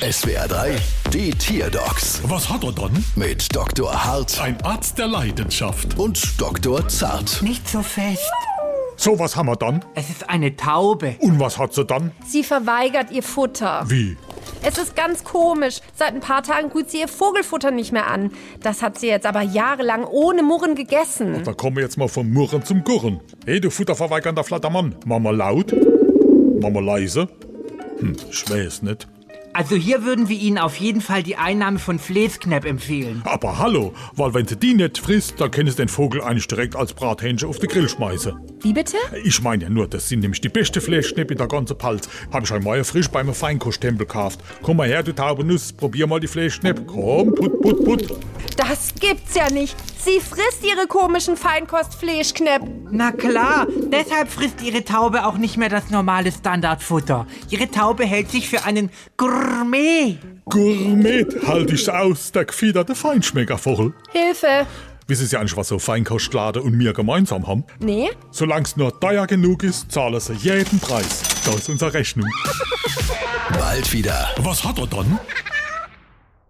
SWR 3, die Tierdocs Was hat er dann? mit Dr. Hart Ein Arzt der Leidenschaft. und Dr. Zart. Nicht so fest. So, was haben wir dann? Es ist eine Taube. Und was hat sie dann? Sie verweigert ihr Futter. Wie? Es ist ganz komisch. Seit ein paar Tagen tut sie ihr Vogelfutter nicht mehr an. Das hat sie jetzt aber jahrelang ohne Murren gegessen. Da kommen wir jetzt mal vom Murren zum Gurren. Hey, du futterverweigernder Flattermann. Mama laut? Mama leise? Hm, ich weiß nicht. Also hier würden wir Ihnen auf jeden Fall die Einnahme von Fleesknepp empfehlen. Aber hallo, weil wenn sie die nicht frisst, dann können sie den Vogel eigentlich direkt als Brathähnchen auf den Grill schmeißen. Wie bitte? Ich meine ja nur, das sind nämlich die beste Fleischknepp in der ganzen Palz. Hab ich einmal frisch beim Feinkosttempel gekauft. Komm mal her, du taube Nuss, probier mal die Fleischknepp. Komm, put, put, put. Das gibt's ja nicht. Sie frisst ihre komischen Feinkostfleischknepp. Na klar, deshalb frisst Ihre Taube auch nicht mehr das normale Standardfutter. Ihre Taube hält sich für einen Gourmet. Gourmet halt ich aus, der gefiederte Feinschmeckervogel. Hilfe. Wissen Sie eigentlich, was so Feinkostlade und mir gemeinsam haben? Nee? Solang's nur teuer genug ist, zahlen sie jeden Preis. Das ist unsere Rechnung. Bald wieder. Was hat er dann?